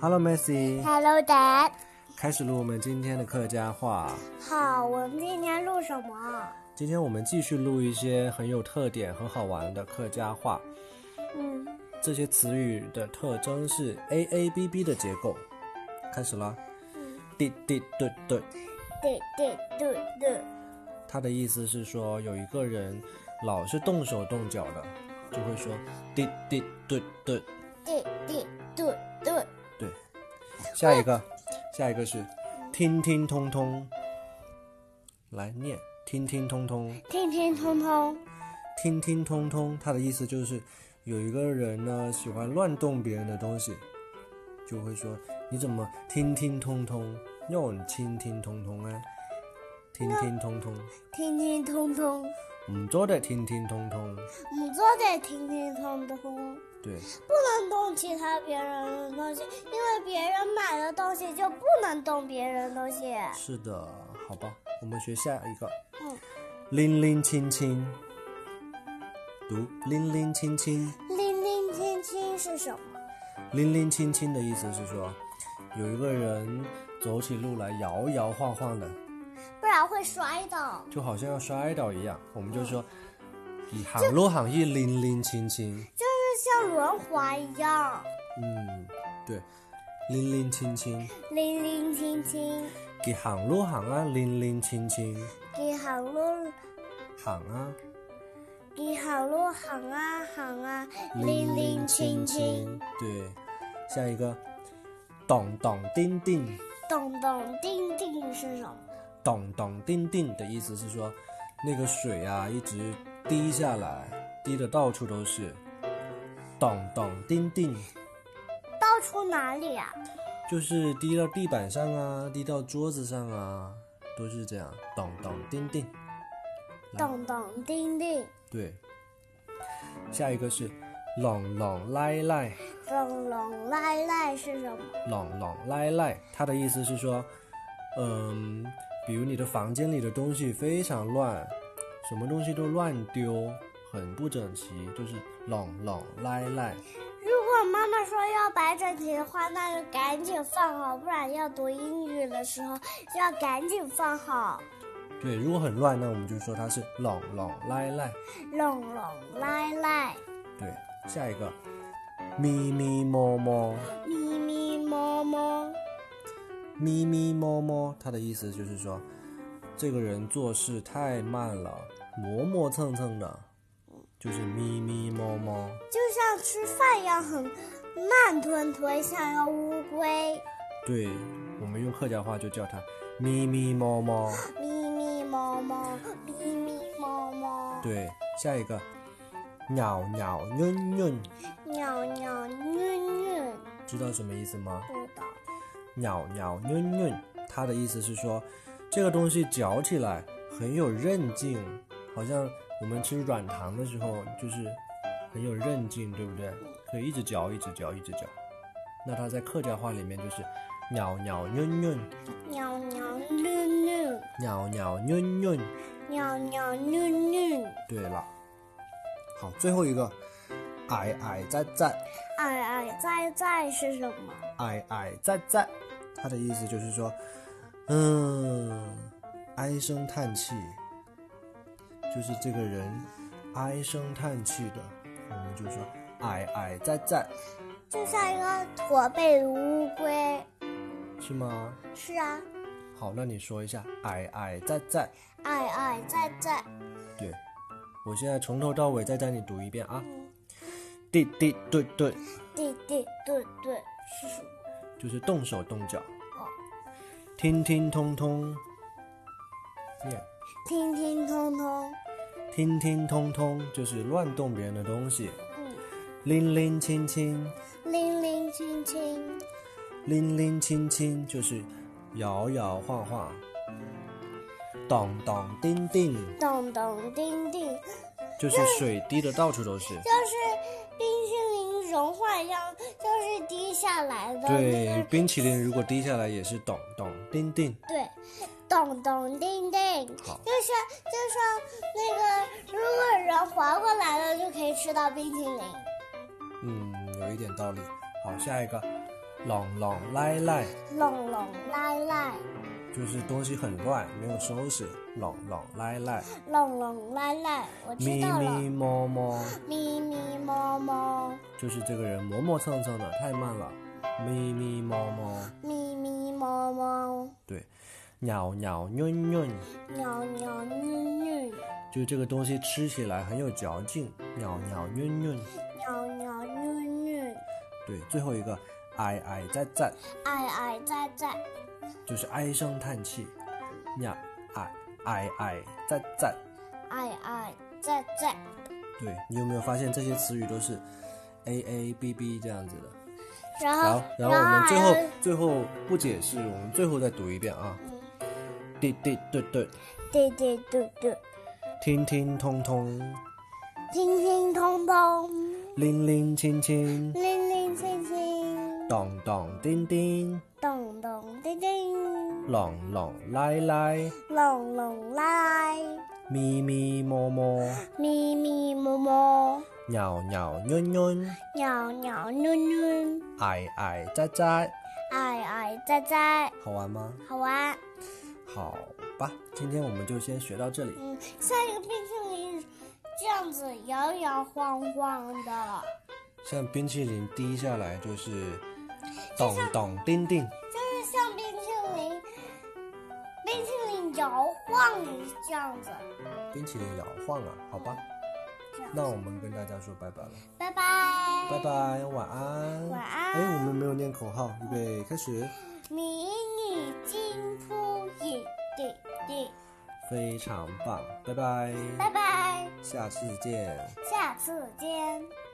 Hello, Messi， Hello, Dad。开始录我们今天的客家话。好，我们今天录什么？今天我们继续录一些很有特点、很好玩的客家话。嗯，这些词语的特征是 A A B B 的结构。开始啦，滴滴对对，对对对对，它的意思是说有一个人老是动手动脚的，就会说滴滴对对对对对对，对。下一个，下一个是听听通通，来念听听通通。听听通通，听听通通，它的意思就是有一个人呢喜欢乱动别人的东西，就会说你怎么听听通通，要你听听通通啊，听听通通，听听通通，唔做的听听通通，你就得听听通通，对不能动其他别人的东西，因为别人买的东西就不能动别人的东西。是的，好吧，我们学下一个，嗯，拎拎清清，读拎拎清清，零零清清是什么？拎拎清清的意思是说，有一个人走起路来摇摇晃晃的，不然会摔倒。就好像要摔倒一样，我们就说，以行路行一拎拎清清，就是像轮滑一样，嗯，对，拎拎清清，零零清清，给行路行啊，拎拎清清，给好路。行啊，你好路行啊行啊，拎零拎零清清清清，，对，下一个，咚咚叮叮，咚咚叮叮是什么？咚咚叮叮的意思是说，那个水啊一直滴下来，滴的到处都是，咚咚叮叮。到处哪里啊？就是滴到地板上啊，滴到桌子上啊，都是这样，咚咚叮叮。咚咚叮叮，对，下一个是啷啷来来，隆隆来来是什么？啷啷来来，它的意思是说，嗯，比如你的房间里的东西非常乱，什么东西都乱丢，很不整齐，就是啷啷来来。如果妈妈说要摆整齐的话，那就赶紧放好，不然要读英语的时候就要赶紧放好。对，如果很乱，那我们就说它是啷啷来来。隆隆来来，对，下一个，咪咪摸摸。咪咪摸摸，咪咪摸摸，它的意思就是说，这个人做事太慢了，磨磨蹭蹭的，就是咪咪摸摸。就像吃饭一样很慢吞吞，像个乌龟。对，我们用客家话就叫它咪咪摸摸。咪咪摸摸，咪咪摸摸，对，下一个，鸟鸟润润，鸟鸟虐虐，知道什么意思吗？不知道。鸟鸟润润，它的意思是说，这个东西嚼起来很有韧劲，好像我们吃软糖的时候就是很有韧劲，对不对？可以一直嚼，一直嚼，一直嚼。那它在客家话里面就是鸟鸟润润，鸟鸟虐虐，鸟鸟润润。鸟鸟虐虐，对了，好，最后一个，矮矮在在，矮矮在在是什么？矮矮在在，它的意思就是说，嗯，唉声叹气，就是这个人唉声叹气的，我们就说矮矮在在，就像一个驼背的乌龟。是吗？是啊，好，那你说一下矮矮在在，矮矮在在，对，我现在从头到尾再带你读一遍啊，滴滴对对，对对对对，是什么？就是动手动脚，哦，听听通通，念、听听通通，听听通通就是乱动别人的东西。嗯，拎拎清清，零零清清，拎拎清清就是摇摇晃晃，咚咚叮叮咚咚叮叮。就是水滴的到处都是。就是冰淇淋融化一样，就是滴下来的。对，冰淇淋如果滴下来也是咚咚叮叮。对，咚咚叮叮，就好像就像那个，如果人滑过来了，就可以吃到冰淇淋。嗯，有一点道理。好，下一个，朗朗赖赖，拢拢赖赖，就是东西很乱，没有收拾，朗朗赖赖，拢拢赖赖，我知咪道了。咪摸摸，咪咪摸摸，就是这个人磨磨蹭蹭的，太慢了，咪咪摸摸，咪咪摸摸，对，鸟鸟扭扭，扭扭捏捏，就是这个东西吃起来很有嚼劲，鸟鸟扭扭，扭扭捏捏，对，最后一个哎哎赞赞，爱爱在在，就是唉声叹气，鸟哎哎哎赞赞。爱爱在在，对你有没有发现这些词语都是 a a b b 这样子的？然然后后，然后我们最后还有最后不解释，我们最后再读一遍啊。滴滴对对，对对对对，听听通通，听听通通，拎拎清清，零零星星，咚咚叮叮，咚咚叮叮，啷啷来来，拢拢来来，咪咪摸摸，咪咪摸摸，扭扭扭扭，扭扭捏捏，哎哎喳喳，爱爱在在，好玩吗？好玩。好吧，今天我们就先学到这里。嗯，下一个冰淇淋这样子摇摇晃晃的，像冰淇淋滴下来就是咚咚叮叮，就是像冰淇淋，冰淇淋摇晃这样子，冰淇淋摇晃啊，好吧。这样那子。我们跟大家说拜拜了，拜拜。拜拜，晚安，晚安哎，我们没有念口号，预备开始。迷你金铺野地地，非常棒，拜拜，拜拜，下次见。下次见。